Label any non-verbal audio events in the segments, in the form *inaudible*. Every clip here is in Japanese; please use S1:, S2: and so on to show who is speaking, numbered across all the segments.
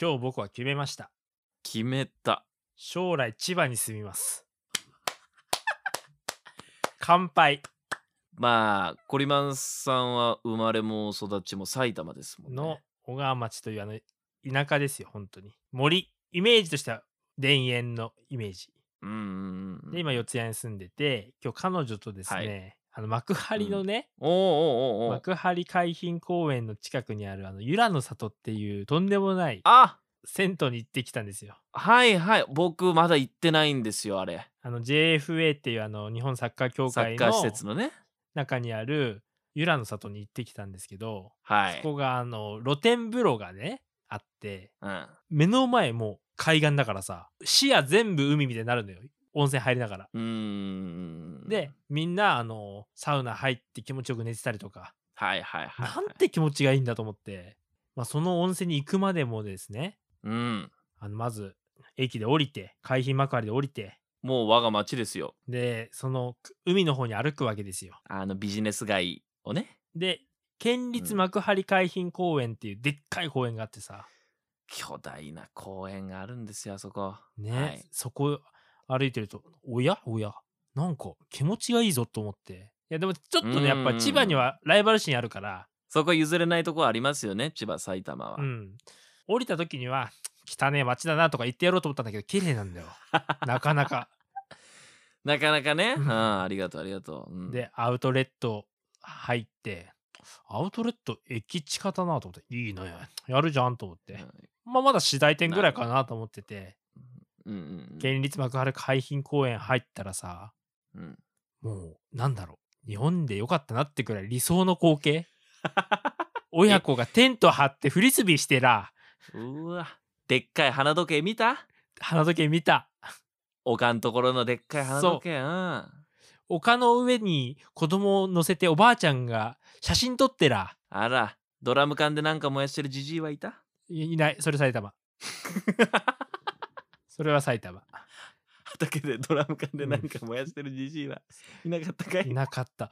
S1: 今日僕は決めました。
S2: 決めた。
S1: 将来千葉に住みます。乾杯
S2: まあ、コリマンさんは生まれも育ちも埼玉ですもんね。
S1: の小川町というあの田舎ですよ、本当に。森、イメージとしては田園のイメージ。
S2: うんうんうん。
S1: で、今、四谷に住んでて、今日彼女とですね、
S2: は
S1: あの幕張のね、
S2: おーおーおーおー
S1: 幕張海浜公園の近くにあるあの由良の里っていうとんでもない
S2: あ
S1: 銭湯に行ってきたんですよ。
S2: はいはい。僕まだ行ってないんですよ、あれ。
S1: あの JFA っていうあの日本サッカー協
S2: サ
S1: 会
S2: ッカー
S1: の
S2: 施設のね。
S1: 中にある由良の里に行ってきたんですけど、
S2: は
S1: そ
S2: い。
S1: こがあの露天風呂がねあって
S2: うん。
S1: 目の前もう海岸だからさ視野全部海みたいになるのよ温泉入りながら。
S2: うーん。
S1: で、みんなあのサウナ入って気持ちよく寝てたりとか
S2: はいはいはいはい。
S1: なんて気持ちがいいんだと思って、まあ、その温泉に行くまでもですね
S2: うん。
S1: あのまず駅で降りて海浜幕張で降りて
S2: もう我が町ですよ。
S1: でそのく海の方に歩くわけですよ
S2: あのビジネス街をね。
S1: で県立
S2: うん
S1: 幕張海浜公園っていうでっかい公園があってさ、
S2: 巨大な公園があるんですよ、あそこ。
S1: ね、
S2: はい
S1: そこ歩いてるとおやおやなんか気持ちがいいぞと思っていやでもちょっと
S2: うん
S1: ねやっぱ千葉にはライバル心あるから
S2: そこ譲れないとこありますよね、千葉、埼玉は。
S1: うん降りた時には汚ねえ街だなとか言ってやろうと思ったんだけど綺麗なんだよなかなか
S2: なかなかね、
S1: う
S2: うんん、ありがとう、ありがと *laughs* う。うん、
S1: でアウトレット入ってアウトレット駅近だなと思っていいねやるじゃんと思って、まあまだ次第店ぐらいかなと思ってて
S2: うんうんうん
S1: 県立幕張海浜公園入ったらさ
S2: うん、
S1: もうなんだろう日本でよかったなってくらい理想の光
S2: *laughs*
S1: 景親子がテント張ってフリスビーしてら
S2: うわでっかい花時計見た
S1: 花時計見た
S2: 丘のところのでっかい花時計うん
S1: 丘の上に子供を乗せておばあちゃんが写真撮ってら
S2: あらドラム缶でなんか燃やしてるじじいはいた
S1: いいないそれ埼
S2: *laughs*
S1: 玉それは埼玉
S2: 畑でドラム缶でなんか燃やしてるじじいはいなかったかい
S1: いなかった。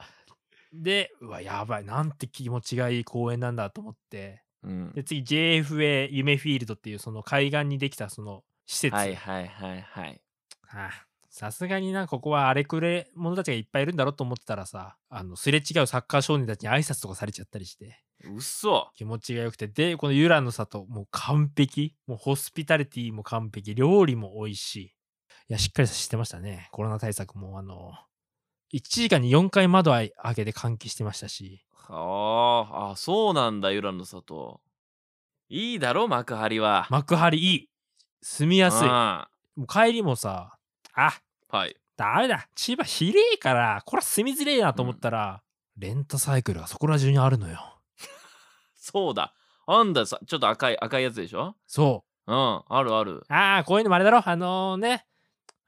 S1: で、うわ、やばい、なんて気持ちがいい公園なんだと思って、
S2: うん
S1: で、次、JFA 夢フィールドっていう、その海岸にできたその施設。
S2: はいはいはいはい
S1: はあさすがにな、ここは荒れくれ者たちがいっぱいいるんだろうと思ってたらさ、あの、すれ違うサッカー少年たちに挨拶とかされちゃったりして、
S2: うそ
S1: 気持ちが良くて、で、このユラの里、もう完璧。もうホスピタリティも完璧。料理も美味しい。いや、しっかりしてましたね。コロナ対策も、あの、1時間に4回窓開けて換気してましたし、
S2: はああそうなんだゆらの里いいだろ幕張は
S1: 幕張いい住みやすいも
S2: あ
S1: う帰りもさあ
S2: あはい
S1: ダメだ千葉ひれえからこれは住みづれえなと思ったら、レンタサイクルがそこら中にあるのよ
S2: そうだあんださちょっと赤い赤いやつでしょ
S1: そ
S2: うんあるある
S1: うああこういうのもあれだろあのね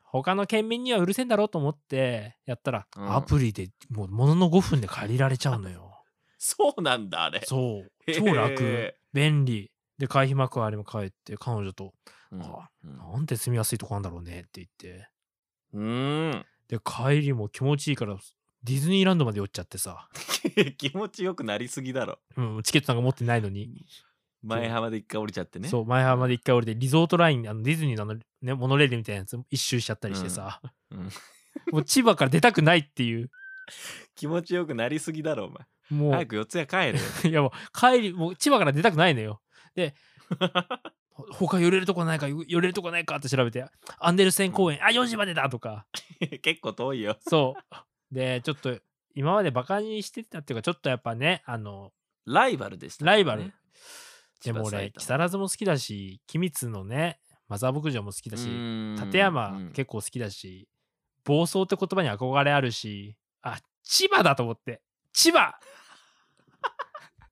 S1: 他の県民にはうるせえんだろうと思ってやったら、
S2: うん
S1: アプリでもうものの5分で借りられちゃうのよ
S2: *laughs* そうなんだあれ
S1: そう
S2: へえ
S1: 超楽便利で会費幕張も帰って彼女と「あ
S2: うん
S1: なんて住みやすいとこなんだろうね」って言って
S2: うんうん
S1: で帰りも気持ちいいからディズニーランドまで寄っちゃってさ、
S2: *laughs*
S1: *laughs*
S2: 気持ちよくなりすぎだろ
S1: うん、チケットなんか持ってないのに、
S2: 前浜で一回降りちゃってね
S1: そう前浜まで一回降りてリゾートラインあのディズニーのあの、ね、モノレールみたいなやつ一周しちゃったりしてさ、
S2: うんうん
S1: *laughs* もう千葉から出たくないっていう
S2: 気持ちよくなりすぎだろお前
S1: もう
S2: 早く四谷帰れよ
S1: *laughs* いやもう帰りもう千葉から出たくないのよ
S2: *laughs*
S1: でほ他寄れるとこないか寄れるとこないかって調べてアンデルセン公園、あ4時までだとか
S2: 結構遠いよ *laughs*
S1: そうでちょっと今までバカにしてたっていうかちょっとやっぱねあの
S2: ライバルです、
S1: ライバルで
S2: 千葉
S1: も俺、
S2: 埼玉
S1: 木更津も好きだし、君津のね、マザー牧場も好きだし、立山結構好きだし、暴走って言葉に憧れあるし、あ、千葉だと思って。千葉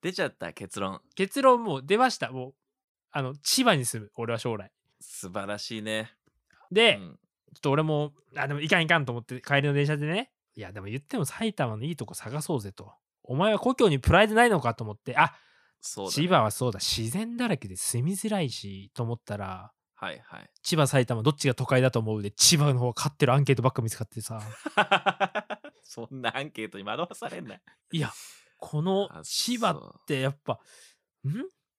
S2: 出ちゃった結論
S1: 結論もう出ました。もう、あの、千葉に住む、俺は将来。
S2: 素晴らしいね、
S1: で、
S2: う
S1: ちょ
S2: ん
S1: っと俺も、あ、でもいかんいかんと思って、帰りの電車でね、いや、でも言っても埼玉のいいとこ探そうぜと。お前は故郷にプライドないのかと思って、あ、
S2: そうだね
S1: 千葉はそうだ、自然だらけで住みづらいし、と思ったら、
S2: はいはい *laughs*
S1: 千葉埼玉どっちが都会だと思うで千葉の方が勝ってるアンケートばっか見つかってさ
S2: そんなアンケートに惑わされんない
S1: やこの
S2: あ
S1: 千葉
S2: そう
S1: ってやっぱん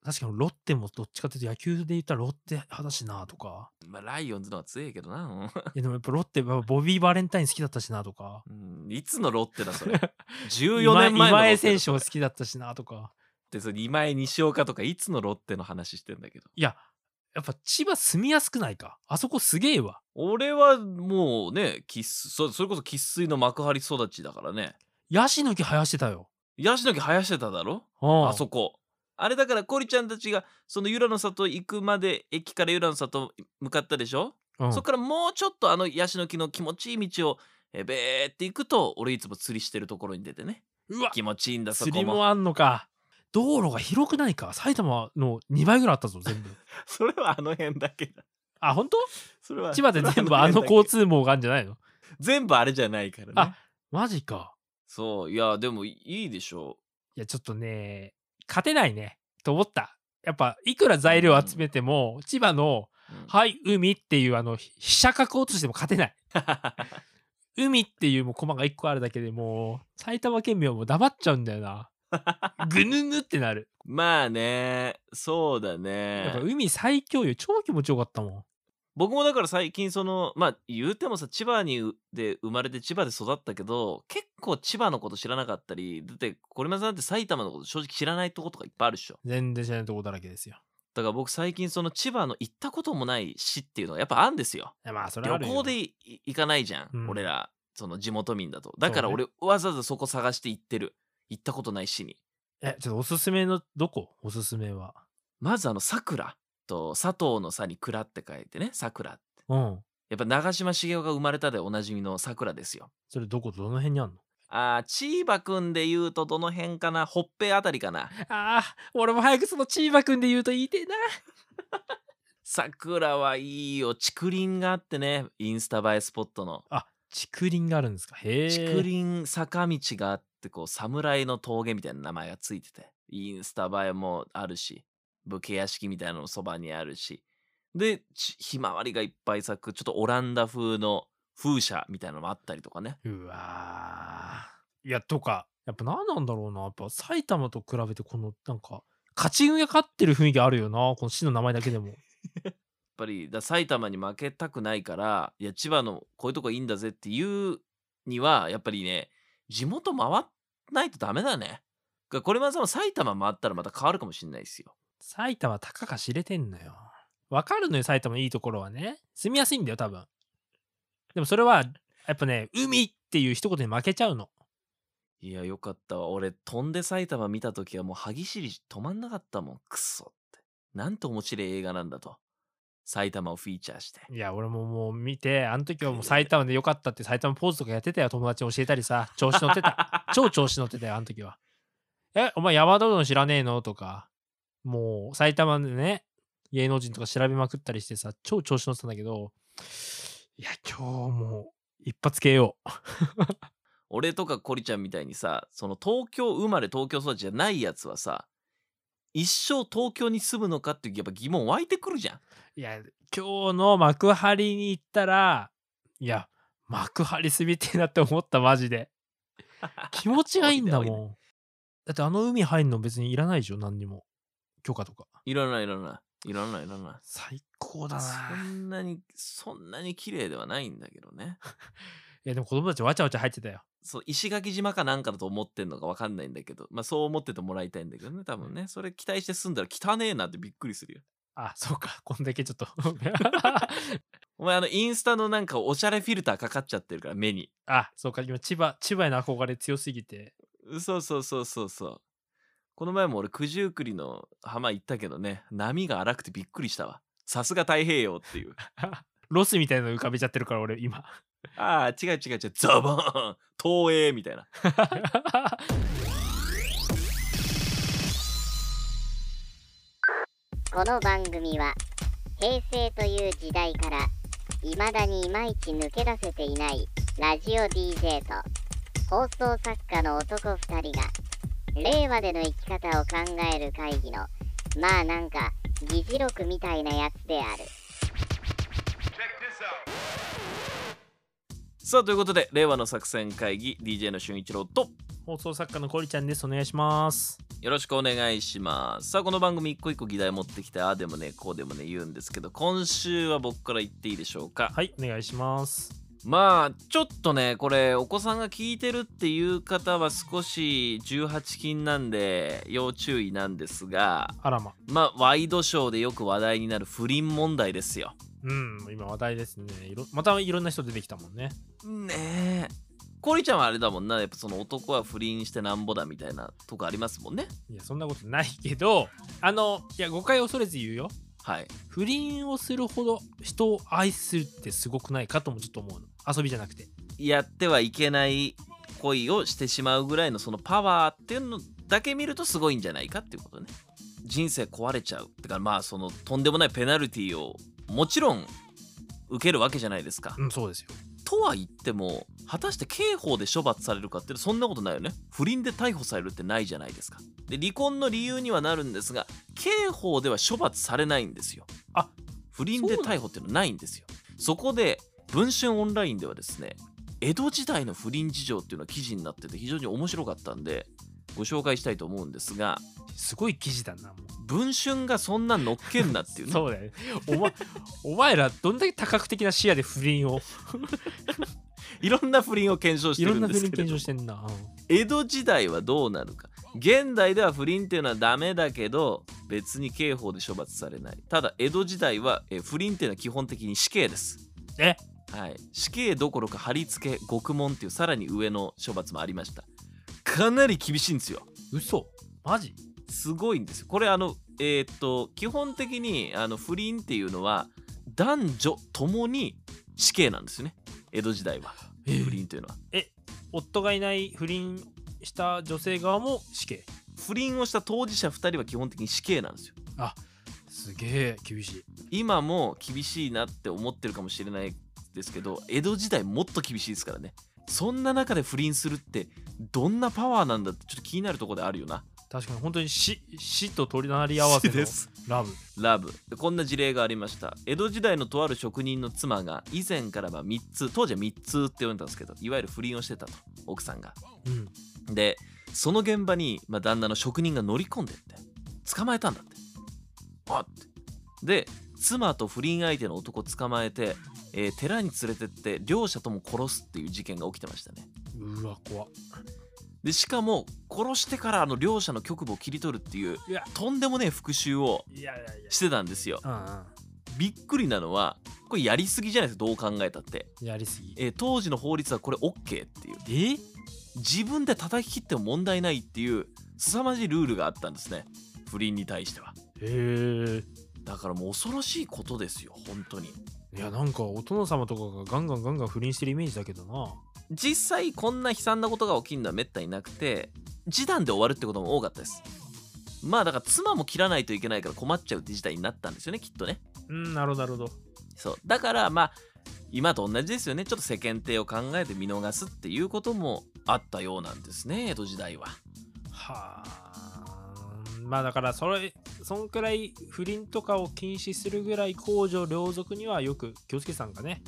S1: 確かにロッテもどっちかっていうと野球で言ったらロッテ派だしなとか。
S2: *laughs* まあ、ライオンズのは強いけどな。
S1: いやでもやっぱロッテ、やっぱボビー・バレンタイン好きだったしなとか。
S2: うん、いつのロッテだ
S1: *laughs*
S2: それ。14年
S1: 今
S2: 前のロ
S1: 今
S2: ッ
S1: 江選
S2: テだ
S1: 手も好きだったしなとか。
S2: ってそれ今江西岡とかいつのロッテの話してんだけど。
S1: いや、やっぱ千葉住みやすくないか。あそこすげえわ。
S2: 俺はもうね、生粋そそれこそ生粋の幕張育ちだからね。
S1: ヤシの木生やしてたよ。
S2: ヤシの木生やしてただろ
S1: あ
S2: あそこ。あれだからコリちゃんたちがその由良の里行くまで駅から由良の里向かったでしょ、
S1: うん
S2: そっからもうちょっとあのヤシの木の気持ちいい道をえーべーって行くと俺いつも釣りしてるところに出てね
S1: うわ
S2: 気持ちいいんだそ
S1: 釣
S2: こ
S1: り
S2: も
S1: もあんのか。道路が広くないか。埼玉の2倍ぐらいあったぞ、全部。
S2: *laughs* それはあの辺だけだ
S1: あ、
S2: *laughs*
S1: 本当？
S2: それは
S1: 千葉で
S2: それは
S1: 全部あの
S2: 辺だ
S1: 交
S2: け
S1: 通網があるんじゃないの
S2: 全部あれじゃないからね
S1: あマジか。
S2: そういやでもいいいでしょ
S1: いや、ちょっとね、勝てないね。と思った。やっぱ、いくら材料集めても、千葉の、
S2: う、うん
S1: はい、海っていう、あの、飛車角落としても勝て *laughs* ない。海っていうもう駒が1個あるだけでもう、埼玉県民はもう黙っちゃうんだよ *laughs* な。ぐぬぬってなる。
S2: まあねそうだね
S1: やっぱ海最強よ。超気持ちよかったもん。
S2: 僕もだから最近そのまあ言うてもさ千葉にうで生まれて千葉で育ったけど結構千葉のこと知らなかったりだってこれまでなんて埼玉のこと正直知らないとことかいっぱいあるでしょ
S1: 全然知らないとこだらけですよ。
S2: だから僕最近その千葉の行ったこともない市っていうのがやっぱあんですよ
S1: いやまあ、それはあ
S2: 旅
S1: るよ
S2: 行でいい行かないじゃん、
S1: うん
S2: 俺らその地元民だとだから
S1: そう
S2: 俺わざわざそこ探して行ってる行ったことない市に
S1: え、ちょっとおすすめの、どこおすすめは。
S2: まずあの桜と佐藤の「さ」に「蔵」って書いてね桜って
S1: うん。
S2: やっぱ長嶋茂雄が生まれたでおなじみの桜ですよ
S1: それどこ、どの辺にあんの
S2: あーチーバくんで言うとどの辺かなほっぺあたりかな
S1: ああ、俺も早くそのチーバくんで言うと言いてえな。
S2: 桜はいいよ竹林があってねインスタ映えスポットの
S1: あ、竹林があるんですか。へえ。
S2: 竹林坂道があってこう侍の峠みたいな名前がついててインスタ映えもあるし武家屋敷みたいなのもそばにあるしでちひまわりがいっぱい咲くちょっとオランダ風の風車みたいなのもあったりとかね
S1: うわーいや、とか、やっぱ何なんだろうな。やっぱ埼玉と比べて、この、なんか、勝ち組が勝ってる雰囲気あるよな。この市の名前だけでも。
S2: やっぱりだ埼玉に負けたくないからいや千葉のこういうとこいいんだぜっていうにはやっぱりね地元回んないとダメだね。がこれまでも埼玉回ったらまた変わるかもしれないですよ。
S1: 埼玉、たかが知れてんのよ。わかるのよ、埼玉のいいところはね。住みやすいんだよ、多分。でもそれは、やっぱね、海っていう一言に負けちゃうの。
S2: いやよかったわ俺飛んで埼玉見た時はもう歯ぎしり止まんなかったもんクソって。なんと面白い映画なんだと埼玉をフィーチャーして。
S1: いや、俺ももう見て、あの時はもう埼玉でよかったって埼玉ポーズとかやってたよ、友達に教えたりさ、調子乗ってた。超調子乗ってたよ、あの時は。え、お前山田うどん知らねえのとか、もう埼玉でね、芸能人とか調べまくったりしてさ、超調子乗ってたんだけど、いや、今日もう一発系よう。
S2: 俺とかコリちゃんみたいにさその東京生まれ東京育ちじゃないやつはさ一生東京に住むのかっていうやっぱ疑問湧いてくるじゃん
S1: いや、今日の幕張に行ったら、いや、幕張住みてえなって思った、マジ
S2: *laughs*
S1: で。気持ちがいいんだも
S2: おいでお
S1: ん。だってあの海入るの別にいらないでしょ、何にも。許可とか。
S2: いらないいらないいらないいらな
S1: 最高だ
S2: い
S1: な。
S2: そんなにそんなに綺麗ではないんだけどね
S1: いや、でも子供たちわちゃわちゃ入ってたよ。
S2: そう石垣島かなんかだと思ってんのかわかんないんだけどまあそう思っててもらいたいんだけどね多分ねそれ期待して住んだら汚ねえなってびっくりするよ
S1: あ、そうか。 *laughs* こんだけちょっと。
S2: お前あのインスタのなんかおしゃれフィルターかかっちゃってるから目に
S1: あ、そうか。今、千葉、千葉への憧れ強すぎて。
S2: そうそうそうそうそう。この前も俺九十九里の浜行ったけどね、波が荒くてびっくりしたわ。さすが太平洋っ
S1: *laughs*
S2: ていう。
S1: ロスみたいなの浮かべちゃってるから、俺、今。
S2: ああ、違う違う違う、ザバーン東映みたいな。
S3: この番組は平成という時代から未だにいまいち抜け出せていないラジオ DJ と放送作家の男2人が令和での生き方を考える会議のまあなんか議事録みたいなやつである。
S2: さあ、ということで、令和の作戦会議、DJ の俊一郎と、
S1: 放送作家のこりちゃんです。お願いします。
S2: よろしくお願いします。さあ、この番組一個一個議題持ってきて、ああでもね、こうでもね、言うんですけど、今週は僕から言っていいでしょうか。
S1: はい、お願いします。
S2: まあ、ちょっとね、これ、お子さんが聞いてるっていう方は少し18禁なんで、要注意なんですが、
S1: あらま。
S2: まあ、ワイドショーでよく話題になる不倫問題ですよ。
S1: うん、今話題ですね。いろまたいろんな人出てきたもんね。
S2: ねえ。コリちゃんはあれだもんな、やっぱその男は不倫してなんぼだみたいなとこありますもんね。
S1: いや、そんなことないけど、あの、いや、誤解を恐れず言うよ。
S2: はい。
S1: 不倫をするほど人を愛するってすごくないかともちょっと思うの。遊びじゃなくて。
S2: やってはいけない恋をしてしまうぐらいのそのパワーっていうのだけ見るとすごいんじゃないかっていうことね人生壊れちゃうだからまあそのとんでもないペナルティーをもちろん受けるわけじゃないですか、
S1: うん、そうですよ。
S2: とは言っても果たして刑法で処罰されるかってそんなことないよね不倫で逮捕されるってないじゃないですかで離婚の理由にはなるんですが刑法では処罰されないんですよ
S1: あ
S2: 不倫で逮捕っていうのはないんですよそこで文春オンラインではですね江戸時代の不倫事情っていうのは記事になってて非常に面白かったんでご紹介したいと思うんですが
S1: すごい記事だな、もう。
S2: 文春がそんなん乗っけんなっていうね
S1: *laughs* そうだよね。お前、お前らどんだけ多角的な視野で不倫を、
S2: いろんな不倫を検証し
S1: い
S2: て
S1: ろん
S2: るん
S1: な
S2: で
S1: 不
S2: す
S1: 倫
S2: けれ
S1: 検証
S2: ど
S1: してんな。うん
S2: 江戸時代はどうなるか現代では不倫っていうのはダメだけど別に刑法で処罰されないただ江戸時代はえー不倫っていうのは基本的に死刑です
S1: え
S2: はい死刑どころか貼り付け獄門っていうさらに上の処罰もありましたかなり厳しいんですよ
S1: 嘘マジ
S2: すごいんですよこれあのえーっと基本的にあの不倫っていうのは男女ともに死刑なんですよね江戸時代は
S1: えー
S2: 不倫というのは
S1: 夫がいない不倫した女性側も死刑。
S2: 不倫をした当事者2人は基本的に死刑なんですよ
S1: すげえ厳しい。
S2: 今も厳しいなって思ってるかもしれないですけど江戸時代もっと厳しいですからねそんな中で不倫するってどんなパワーなんだってちょっと気になるところであるよな
S1: 確かに本当に死死と隣り合わせのラブ。
S2: *laughs* ラブでこんな事例がありました江戸時代のとある職人の妻が以前からは3つ当時は3つって呼んでたんですけどいわゆる不倫をしてたと奥さんが
S1: うん。
S2: でその現場に、まあ、旦那の職人が乗り込んでって捕まえたんだってあってで妻と不倫相手の男捕まえて、えー寺に連れてって両者とも殺すっていう事件が起きてましたね
S1: うわ、怖っ
S2: でしかも殺してからあの両者の局部を切り取るっていう
S1: いや、
S2: とんでもねえ復讐を
S1: いやいやいや。
S2: してたんですよ
S1: うん
S2: びっくりなのはこれやりすぎじゃないですかどう考えたって、
S1: うん。やりすぎ。
S2: えー当時の法律はこれ OK っていう
S1: え
S2: 自分で叩き切っても問題ないっていう凄まじいルールがあったんですね不倫に対しては
S1: へえ。
S2: だからもう恐ろしいことですよ本当に
S1: いや、なんかお殿様とかがガンガンガンガン不倫してるイメージだけどな。
S2: 実際こんな悲惨なことが起きるのはめったになくて示談で終わるってことも多かったですまあだから妻も切らないといけないから困っちゃうって事態になったんですよねきっとね
S1: うん、なるほど、なるほど。
S2: そうだからまあ今と同じですよねちょっと世間体を考えて見逃すっていうこともあったようなんですね江戸時代は
S1: はあまあだからそれそんくらい不倫とかを禁止するぐらい公女両族にはよく気をつけてたんかね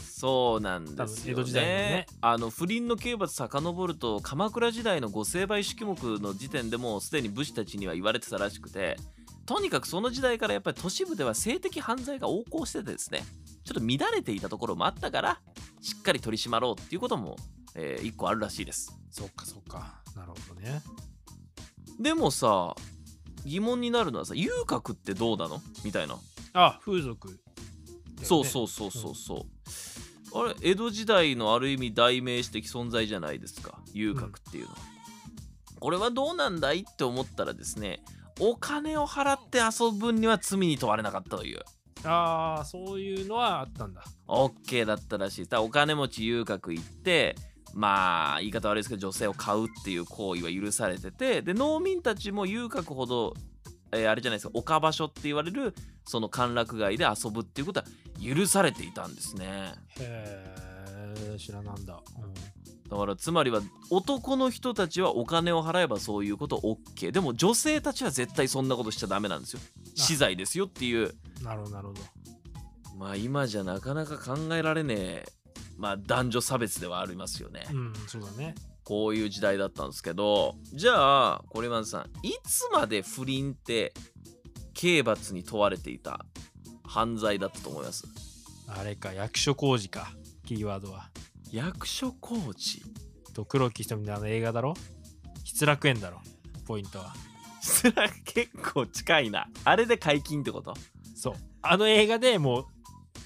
S2: そうなんですよ、
S1: 多分
S2: ね、
S1: 江戸時代のね
S2: あの不倫の刑罰遡ると鎌倉時代の御成敗式目の時点でもうすでに武士たちには言われてたらしくてとにかくその時代からやっぱり都市部では性的犯罪が横行しててですねちょっと乱れていたところもあったからしっかり取り締まろうっていうことも、えー一個あるらしいです
S1: そっかそっかなるほどね
S2: でもさ疑問になるのはさ遊郭ってどうなのみたいな
S1: あ風俗、
S2: そうそううそうそうそう、あれ江戸時代のある意味代名詞的存在じゃないですか遊郭っていうのは、これはどうなんだいって思ったらですねお金を払って遊ぶ分には罪に問われなかったという
S1: ああそういうのはあったんだ
S2: OK だったらしいだからお金持ち遊郭行ってまあ言い方悪いですけど女性を買うっていう行為は許されててで農民たちも遊郭ほど、えーあれじゃないですか丘場所って言われるその歓楽街で遊ぶっていうことは許されていたんですね。
S1: へえ知らなんだ、うん
S2: だからつまりは男の人たちはお金を払えばそういうこと OK でも女性たちは絶対そんなことしちゃダメなんですよ資材ですよっていう
S1: なるほどなるほど
S2: まあ今じゃなかなか考えられねえまあ男女差別ではありますよね
S1: うんそうだね
S2: こういう時代だったんですけどじゃあコリマンさんいつまで不倫って刑罰に問われていた犯罪だったと思います
S1: あれか、役所工事か、キーワードは。
S2: 役所工 *laughs* 事
S1: と黒木瞳のあの映画だろ失楽園だろポイントは。
S2: すら結構近いなあれで解禁ってこと
S1: そう。あの映画でもう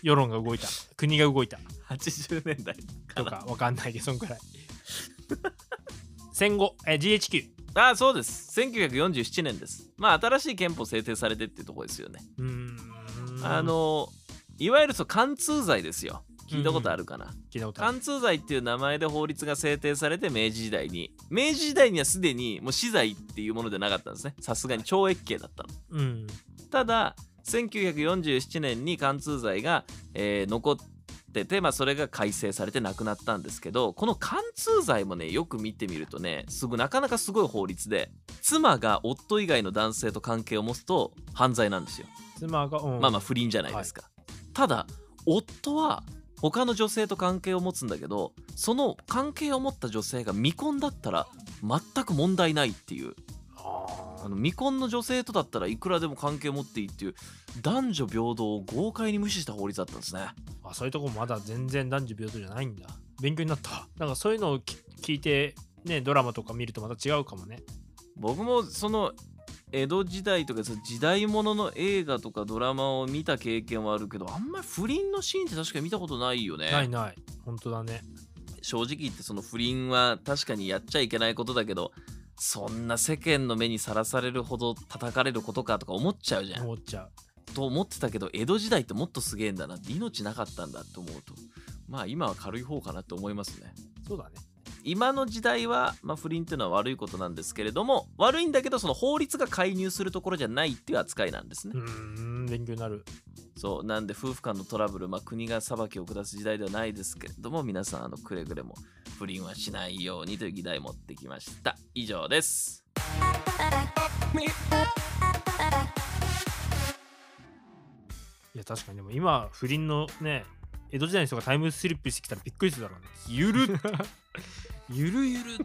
S1: 世論が動いた。国が動いた。
S2: 80年代
S1: と *laughs* かわかんないけど、そんくらい。戦後、え GHQ。
S2: あそうです1947年ですまあ新しい憲法制定されてってとこですよね、
S1: うーん。
S2: あ、のいわゆるそう貫通罪ですよ聞いたことあるかな、
S1: 昨日
S2: 貫通罪っていう名前で法律が制定されて明治時代に明治時代にはすでにもう死罪っていうものでなかったんですねさすがに懲役刑だったの
S1: うん。
S2: ただ1947年に貫通罪が、えー残ってて、まあ、それが改正されてなくなったんですけどこの貫通罪もねよく見てみるとねすごいなかなかすごい法律で妻が夫以外の男性と関係を持つと犯罪なんですよ
S1: 妻が、うん。
S2: まあまあ不倫じゃないですか、ただ夫は他の女性と関係を持つんだけどその関係を持った女性が未婚だったら全く問題ないっていう
S1: あ
S2: あの未婚の女性とだったらいくらでも関係を持っていいっていう男女平等を豪快に無視した法律だったんですね
S1: ーあそういうとこまだ全然男女平等じゃないんだ。勉強になったわ。なんかそういうのをき聞いて、ね、ドラマとか見るとまた違うかもね。
S2: 僕もその江戸時代とかその時代物の映画とかドラマを見た経験はあるけどあんまり不倫のシーンって確かに見たことないよね
S1: ないない。本当だね。
S2: 正直言ってその不倫は確かにやっちゃいけないことだけどそんな世間の目にさらされるほど叩かれることかとか思っちゃうじゃん
S1: 思っちゃう。
S2: と思ってたけど江戸時代ってもっとすげえんだなって命なかったんだと思うとまあ今は軽い方かなと思いますね
S1: そうだね。
S2: 今の時代は、まあ、不倫っていうのは悪いことなんですけれども悪いんだけどその法律が介入するところじゃないっていう扱いなんですね
S1: うーん、勉強になる。
S2: そうなんで夫婦間のトラブル、まあ、国が裁きを下す時代ではないですけれども皆さんあのくれぐれも不倫はしないようにという議題持ってきました以上です
S1: いや、確かにでも今、不倫のね、江戸時代の人がタイムスリップしてきたらびっくりするだろうね。
S2: ゆるっ
S1: *laughs* ゆるゆるっ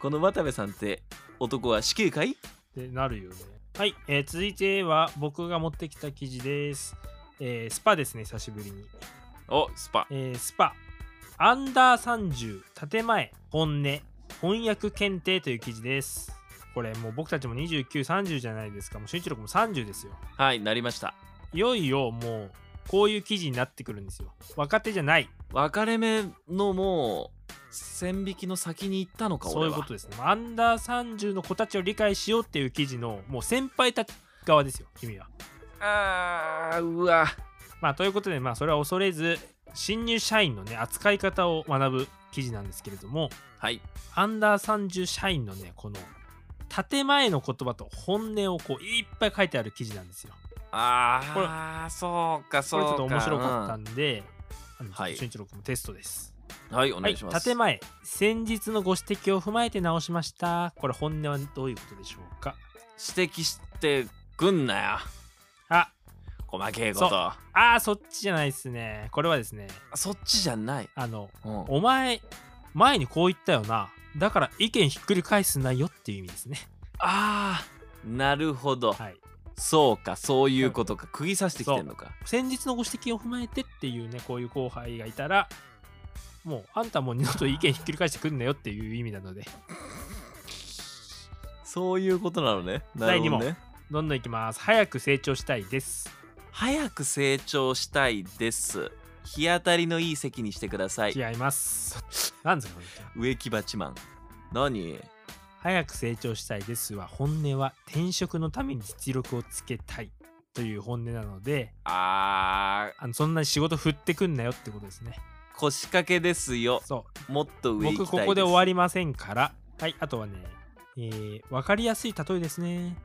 S2: この渡部さんって男は死刑かい
S1: てなるよね。はい、えー続いては僕が持ってきた記事です。えースパですね、久しぶりに。
S2: おスパ
S1: えースパ、アンダー30、建前、本音、翻訳検定という記事です。これもう僕たちも29、30じゃないですか。もう集中力も30ですよ。
S2: はいなりました
S1: いよいよもう、こういう記事になってくるんですよ。若手じゃない。
S2: 別れ目のもう線引きの先に行ったのか
S1: そう
S2: 俺
S1: いう
S2: は
S1: ことですね。アンダー30の子たちを理解しようっていう記事のもう先輩たち側ですよ、君は。
S2: あーうわ
S1: まあ、ということで、まあ、それは恐れず、新入社員のね、扱い方を学ぶ記事なんですけれども、
S2: はい
S1: アンダー30社員のね、この建前の言葉と本音をこういっぱい書いてある記事なんですよ。
S2: ああそうか
S1: こ
S2: そう
S1: れち
S2: か
S1: ょっと面白かった
S2: うん
S1: んで、あの
S2: はい
S1: 俊一郎君もテストです。
S2: はいお
S1: は
S2: 願
S1: い、
S2: いします、
S1: 建前、先日のご指摘を踏まえて直しました。これ本音はどういうことでしょうか
S2: 指摘してくんなよ
S1: あ、
S2: 細けいこと
S1: そ
S2: そ
S1: あーそっちじゃないですね。これはですね、
S2: っちじゃない、
S1: あの、
S2: うん、
S1: お前、前にこう言ったよな。だから意見ひっくり返すなよっていう意味ですね。
S2: あーなるほど、
S1: はい。
S2: そうかそういうことか釘刺してきてるのか
S1: 先日のご指摘を踏まえてっていうね、こういう後輩がいたら、もう、あんたもう二度と意見ひっくり返してくんなよっていう意味なので、
S2: そういうことなのねなるほ
S1: 第二
S2: どね
S1: どんどんいきます。早く成長したいです。
S2: 早く成長したいです日当たりのいい席にしてください
S1: 違います。 *laughs* なんですか、これ
S2: 植木鉢マン何
S1: 早く成長したいですは、本音は転職のために実力をつけたいという本音なので、
S2: あー
S1: あのそんなに仕事振ってくんなよってことですね。
S2: 腰掛けですよ
S1: そう。
S2: もっと上行きた
S1: 僕
S2: いです
S1: ここで終わりませんからはいあとはねえー、分かりやすい例えですね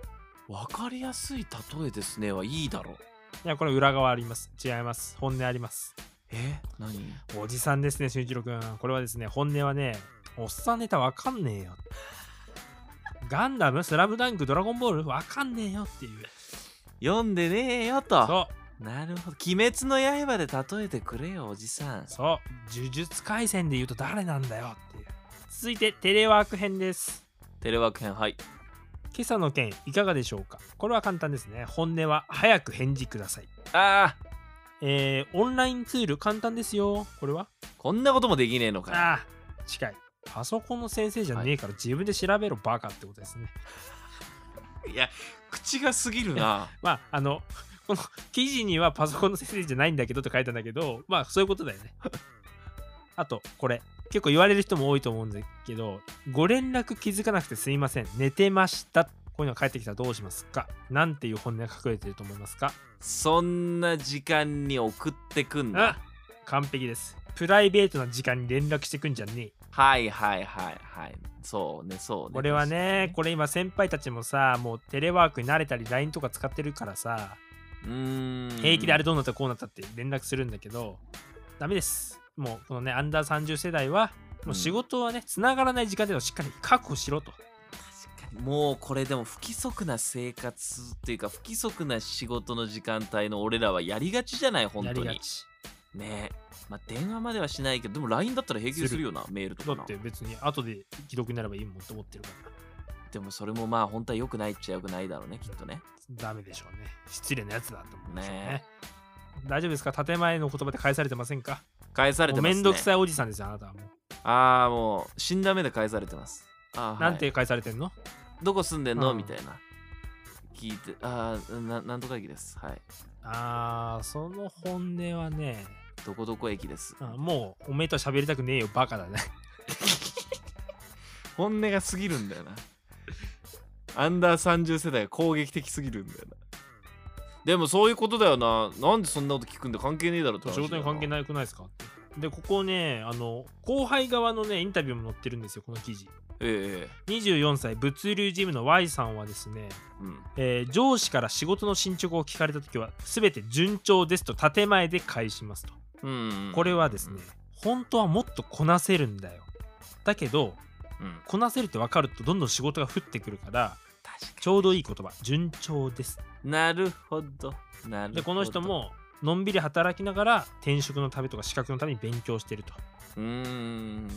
S2: わかりやすい例えですねはいいだろう
S1: いやこれ裏側あります違います本音あります
S2: え何
S1: おじさんですね俊一郎くんこれはですね本音はねおっさんネタわかんねえよガンダムスラムダンクドラゴンボールわかんねえよっていう
S2: 読んでねえよと
S1: そう
S2: なるほど鬼滅の刃で例えてくれよおじさん
S1: そう呪術廻戦で言うと誰なんだよっていう続いてテレワーク編です
S2: テレワーク編はい
S1: 今朝の件いかがでしょうかこれは簡単ですね本音は早く返事ください
S2: あ
S1: えー、オンラインツール簡単ですよこれは
S2: ーこんなこともできねえのか
S1: ああ近いパソコンの先生じゃねえから自分で調べろバカってことですね
S2: いや口が過ぎるな
S1: まああのこの記事にはパソコンの先生じゃないんだけどって書いたんだけどまあそういうことだよねあとこれ結構言われる人も多いと思うんだけどご連絡気づかなくてすいません寝てましたこういうのが返ってきたらどうしますかなんていう本音が隠れてると思いますか
S2: そんな時間に送ってくん
S1: あ
S2: だ
S1: 完璧ですプライベートな時間に連絡してくんじゃねえ
S2: はいはいはいはいそうねそうね
S1: これはね
S2: 確か
S1: これ今先輩たちもさもうテレワークに慣れたり LINE とか使ってるからさ
S2: にねうーん
S1: 平気であれどうなったこうなったって連絡するんだけど、ダメですもうこのねアンダー30世代はもう仕事はね繋がらない時間でのしっかり確保しろと
S2: 確かにもうこれでも不規則な生活っていうか不規則な仕事の時間帯の俺らはやりがちじゃない本
S1: や
S2: 当
S1: りが
S2: に
S1: ち
S2: ねまあ電話まではしないけどでも LINE だったら平気でするよなメールと
S1: だ
S2: かな
S1: って別に後で既読になればいいもんと思ってるから
S2: でもそれもまあ本当は良くないっちゃ良くないだろうねきっとね
S1: ダメでしょうね失礼なやつだと思うんでしょうね
S2: ね
S1: 大丈夫ですか建前の言葉で返されてませんか
S2: 返され
S1: も
S2: て
S1: う
S2: ますね
S1: めんどくさいおじさんですよあなたはもう、
S2: ああもう死んだ目で返されてますあー
S1: なん
S2: は
S1: て返されてんの
S2: いどこ住んでんの、
S1: うん
S2: みたいな聞いてああななんとか駅ですはい
S1: あーその本音はね
S2: どこどこ駅です
S1: あもうおめえとは喋りたくねえよバカだね
S2: 本音が過ぎるんだ *laughs* よな。アンダー30世代が攻撃的すぎるんだよな。でもそういうことだよな。なんでそんなこと聞くんだ関係ねえだろって話
S1: 仕
S2: だよ
S1: 事に関係ないくないですかってでここねあの後輩側のねインタビューも載ってるんですよこの記事
S2: えええ
S1: 24歳物流事務の Y さんはですね、
S2: えうん。
S1: えー上司から仕事の進捗を聞かれた時は全て順調ですと建前で返しますと
S2: うん、
S1: これはですね本当はもっとこなせるんだよだけど
S2: うん。うん。
S1: こなせるって分かるとどんどん仕事が降ってくるから
S2: 確
S1: ちょうどいい言葉順調です
S2: に。なるほど。なるほど。
S1: でこの人。ものんびり働きながら転職のためとか資格のために勉強してると
S2: うーん。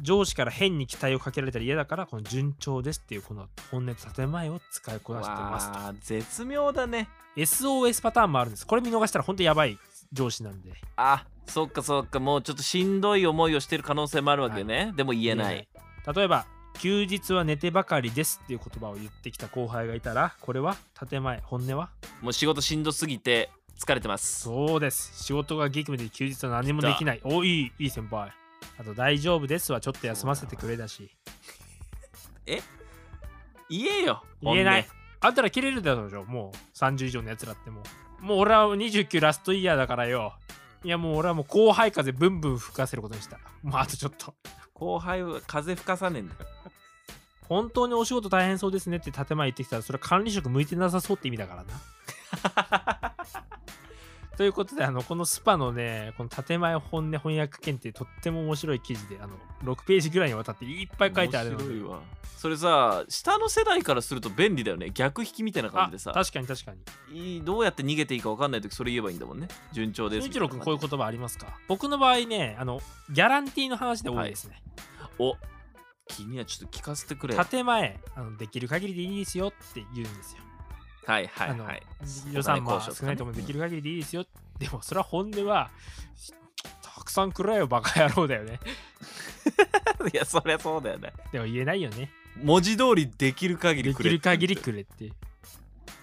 S1: 上司から変に期待をかけられたら嫌だからこの順調ですっていうこの本音と建前を使いこなしてますと
S2: わあ、絶妙だね。
S1: SOS パターンもあるんですこれ見逃したら本当やばい上司なんで
S2: あそっかそっか。もうちょっとしんどい思いをしてる可能性もあるわけね。でも言えない。
S1: 例えば休日は寝てばかりですっていう言葉を言ってきた後輩がいたらこれは建前本音は
S2: もう仕事しんどすぎて疲れてます。
S1: そうです仕事が激務で休日は何もできないおいいいい先輩あと大丈夫ですはちょっと休ませてくれだし
S2: 言えよ。
S1: 言えない
S2: 本音。
S1: あんたら切れるだろうよもう30以上のやつらってもうもう俺は29ラストイヤーだからよいやもう俺はもう後輩風ブンブン吹かせることにしたもうあとちょっと
S2: 後輩は風吹かさねえんだよ
S1: 本当にお仕事大変そうですねって建前言ってきたらそれは管理職向いてなさそうって意味だからな
S2: *laughs*
S1: ということであのこのスパのねこの建前本音翻訳検定とっても面白い記事であの6ページぐらいにわたっていっぱい書いてあるので
S2: 面白いわそれさ下の世代からすると便利だよね逆引きみたいな感
S1: あ
S2: じでさ
S1: 確かに確かに
S2: いいどうやって逃げていいか分かんない時それ言えばいいんだもんね順調です
S1: 純一郎君こういう
S2: と
S1: 言葉ありますか僕の場合ねあのギャランティーの話で多いですね、
S2: お君はちょっと聞かせてくれはい
S1: 建前あのできる限りでいいですよって言うんですよ、
S2: はいはい
S1: あの予算も
S2: 交渉
S1: 少
S2: とかね
S1: ないと思うできる限りでいいですよ、でもそれは本音はたくさんくれよバカ野郎だよね *laughs*
S2: *laughs* いやそりゃそうだよね
S1: でも言えないよね
S2: 文字通りできる限り
S1: で
S2: く
S1: き
S2: れ
S1: る限りくれって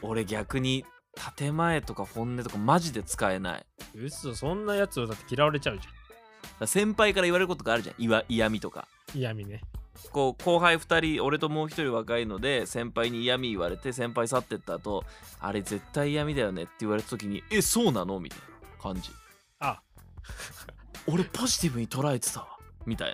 S2: 俺逆に建前とか本音とかマジで使えない
S1: 嘘そんなやつをだって嫌われちゃうじ
S2: だから先輩から言われることがあるじゃんいわ嫌味とか
S1: ゃん嫌味ね
S2: こう後輩2人俺ともう1人若いので先輩に嫌味言われて先輩去ってった後あれ絶対嫌味だよねって言われた時にえそうなのみたいな感じ
S1: あ
S2: 俺ポジティブに捉えてたわみたい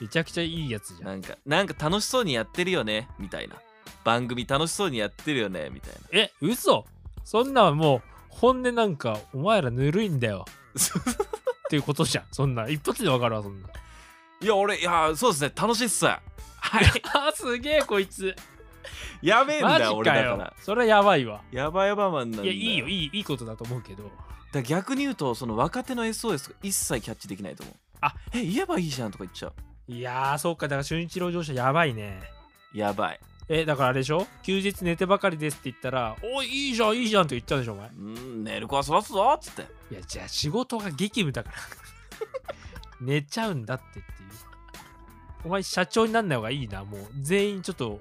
S1: めちゃくちゃいいやつじ
S2: な
S1: ゃん
S2: なんかなんか楽しそうにやってるよねみたいな番組楽しそうにやってるよねみたいな
S1: え嘘そんなんもう本音なんかお前らぬるいんだ
S2: *laughs*
S1: よっていうことじゃんそんな一発でわかるわそんない
S2: や俺いやそうですね楽しいっすはい
S1: *laughs* あすげえこいつ
S2: やべえん
S1: マ
S2: だ
S1: ジ
S2: よ俺
S1: か
S2: だか
S1: よ
S2: ら
S1: それはやばいわ
S2: やばやばマンなんだ
S1: いやいいよ
S2: だか
S1: いいいいことだと思うけど
S2: ら逆に言うとその若手の SOS が一切キャッチできないと思う
S1: あ
S2: え言えばいいじゃんとか言っちゃう
S1: いやー、そうか。だから、俊一郎乗車やばいね。
S2: やばい。
S1: え、だからあれでしょ休日寝てばかりですって言ったら、おい、いいじゃん、いいじゃんって言ったんでしょ、お前。
S2: うん、寝る子は育つぞっつって。
S1: いや、じゃあ仕事が激務だから。 *laughs* 寝ちゃうんだってっていう。お前、社長になんない方がいいな。もう、全員ちょっと、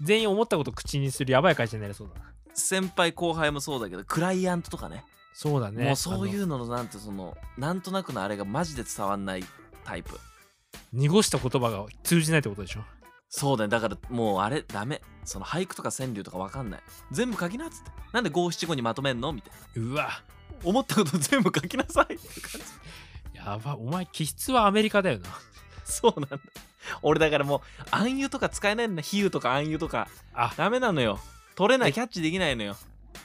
S1: 全員思ったこと口にするやばい会社になりそうだな。
S2: 先輩後輩もそうだけど、クライアントとかね。
S1: そうだね。。
S2: もうそういううののなんてその、なんとなくのあれがマジで伝わんないタイプ。
S1: 濁した言葉が通じないってことでしょ。
S2: そうだね。だからもうあれダメ。その俳句とか川柳とかわかんない。全部書きなっつって。なんで五七五にまとめんのみたい
S1: う
S2: な。
S1: わ、
S2: 思ったこと全部書きなさ *laughs* いって感じ。
S1: やば。お前、気質はアメリカだよな。
S2: そうなんだ。俺だからもう暗湯とか使えないんだ。比喩とか暗湯とか。
S1: あ、
S2: ダメなのよ。取れない、キャッチできないのよ。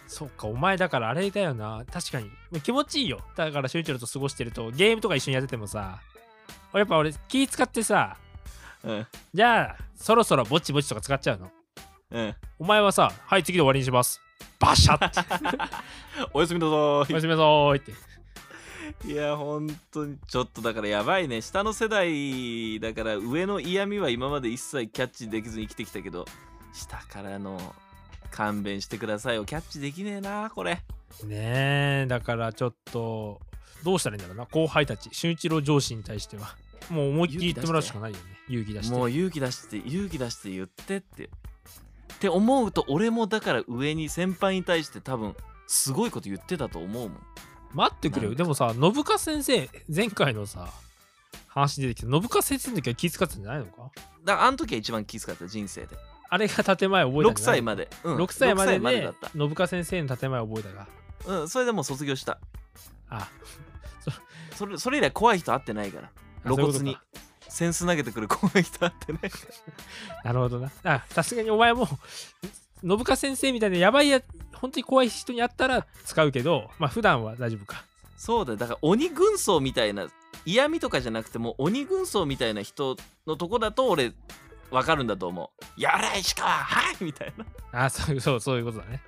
S1: そっか、お前だからあれだよな。確かに。まあ気持ちいいよ。だから、俊一郎と過ごしてると、ゲームとか一緒にやっててもさ、俺やっぱ俺、気使ってさ、
S2: うん。
S1: じゃあ、そろそろぼちぼちとか使っちゃうの。
S2: うん。
S1: お前はさ、はい、次で終わりにします。バシャッ *laughs* て。
S2: *laughs* おやすみだ
S1: お
S2: ぞ
S1: やすみなさーいって。
S2: いや、本当に。ちょっとだからやばいね。下の世代だから上の嫌味は今まで一切キャッチできずに生きてきたけど、下からの勘弁してくださいをキャッチできねえな、これ。
S1: ねえ、だからちょっと、どうしたらいいんだろうな、後輩たち、俊一郎上司に対しては。もう思いっきり言ってもらうしかないよね。勇気出して。
S2: もう勇気出して、勇気出して言ってって。って思うと、俺もだから上に先輩に対して多分、すごいこと言ってたと思うもん。
S1: 待ってくれ
S2: な
S1: よ。
S2: ん
S1: でもさ、信川先生、前回のさ、話に出てきた信川先生の時は気遣ってたんじゃないのか
S2: だからあの時は一番気遣った人生で。
S1: あれが建前覚えたん
S2: 6
S1: じゃない
S2: 歳まで。うん
S1: 6歳まで
S2: 六
S1: で
S2: だった。
S1: 信川先生の建前を覚えたが。
S2: うん、それでもう卒業した。
S1: あ、
S2: それそれ以来怖い人会ってないから。
S1: あ
S2: 露
S1: そうい
S2: 骨
S1: う
S2: に
S1: こ。
S2: センス投げてくる怖い人会ってないから。
S1: なるほどな。あさすがにお前も、信川先生みたいなやばいや、本当に怖い人に会ったら使うけど、まあ普段は大丈夫か。
S2: そうだよ、だから鬼軍曹みたいな、嫌味とかじゃなくてもう鬼軍曹みたいな人のとこだと俺、わかるんだと思う。やれ、石川はいみたいな。
S1: あそうそう、そういうことだね。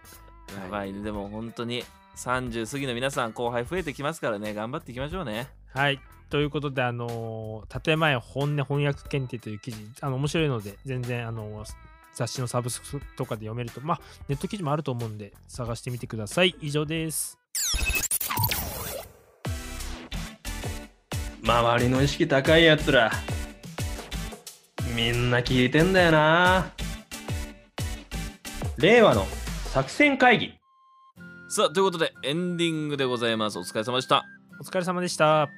S2: やばいね、でも本当に。30過ぎの皆さん後輩増えてきますからね頑張っていきましょうね
S1: はい。ということで、あのー建前本音翻訳検定という記事、あの、面白いので、全然、あのー雑誌のサブスクとかで読めると、まあ、ネット記事もあると思うんで、探してみてください。以上です。
S4: 周りの意識高いやつらみんな聞いてんだよな令和の作戦会議
S2: さあということでエンディングでございますお疲れ様でした
S1: お疲れ様でした。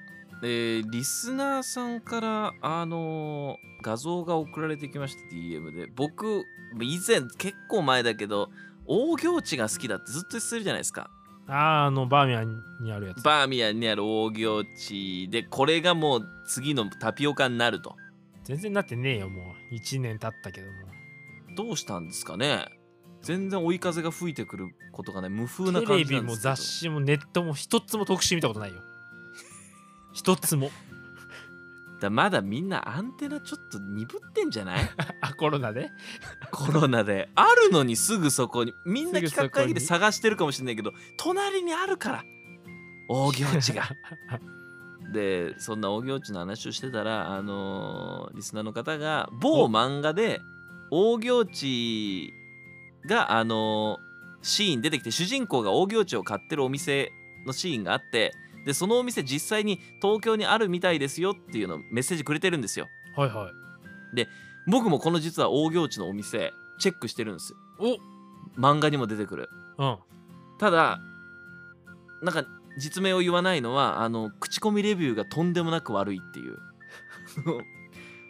S2: えーリスナーさんから、あのー画像が送られてきました DM で僕以前結構前だけど大行地が好きだってずっと言ってるじゃないですか
S1: あーあの、バーミヤンにあるやつ。
S2: バーミヤンにある大行地でこれがもう次のタピオカになると
S1: 全然なってねえよ、もう。1年経ったけども。
S2: どうしたんですかね全然追い風が吹いてくることがね無風な
S1: テ
S2: 感
S1: レ
S2: じな
S1: ビ
S2: んで
S1: も
S2: すけど
S1: 雑誌もネットも一つも特集見たこと *laughs* ないよ。一つも。
S2: だまだみんなアンテナちょっと鈍ってんじゃない *laughs*
S1: あ、コロナで
S2: コロナであるのにすぐそこにみんな企画会議です
S1: ぐそ
S2: 探してるかもしれないけど隣にあるから大行地
S1: *laughs*
S2: がでそんな大行地の話をしてたらあのーリスナーの方が某漫画で大行地があのーシーン出てきて主人公が大行地を買ってるお店のシーンがあってでそのお店実際に東京にあるみたいですよっていうのをメッセージくれてるんですよ
S1: はいはい。
S2: 僕もこの実は大行地のお店チェックしてるんですよ
S1: お
S2: 漫画にも出てくる
S1: *laughs* うん。
S2: ただなんか実名を言わないのはあの口コミレビューがとんでもなく悪いっていう *laughs*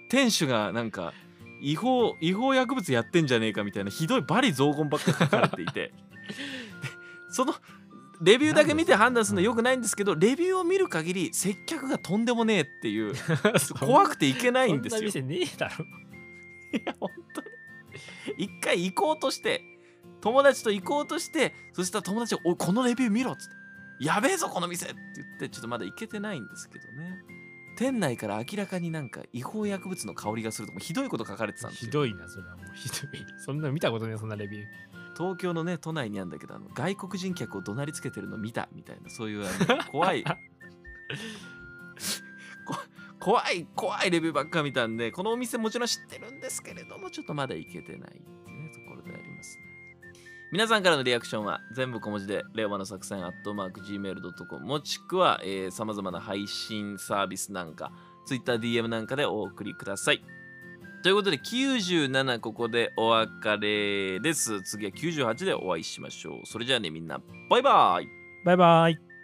S2: 店主がなんか違法違法薬物やってんじゃねえかみたいなひどいバリ雑言ばっか書かれていて *laughs* でそのレビューだけ見て判断するのはよくないんですけどレビューを見る限り接客がとんでもねえっていう *laughs* 怖くて行けないんですよ
S1: そんな店ねえだろ。
S2: いや本当に *laughs* 一回行こうとして友達と行こうとしてそしたら友達が「おいこのレビュー見ろ」っつって「やべえぞこの店!」って言ってちょっとまだ行けてないんですけどね店内から明らかになんか違法薬物の香りがするとかひどいこと書かれてたんです
S1: ひ
S2: よ
S1: どいな、それはもうひどい。そんなの見たことねえ、そんなレビュー。
S2: 東京のね都内にあるんだけどあの外国人客を怒鳴りつけてるの見たみたいなそういうあの怖いこ怖い怖いレビューばっか見たんでこのお店もちろん知ってるんですけれどもちょっとまだ行けてないっていうねところでありますね皆さんからのリアクションは全部小文字で、令和の作戦、アットマーク、gmail.com、もしくは、えー、様々な配信サービスなんか、Twitter、DM なんかでお送りください。ということで、97ここでお別れです。次は98でお会いしましょう。それじゃあね、みんな、バイバイ
S1: バイバイ。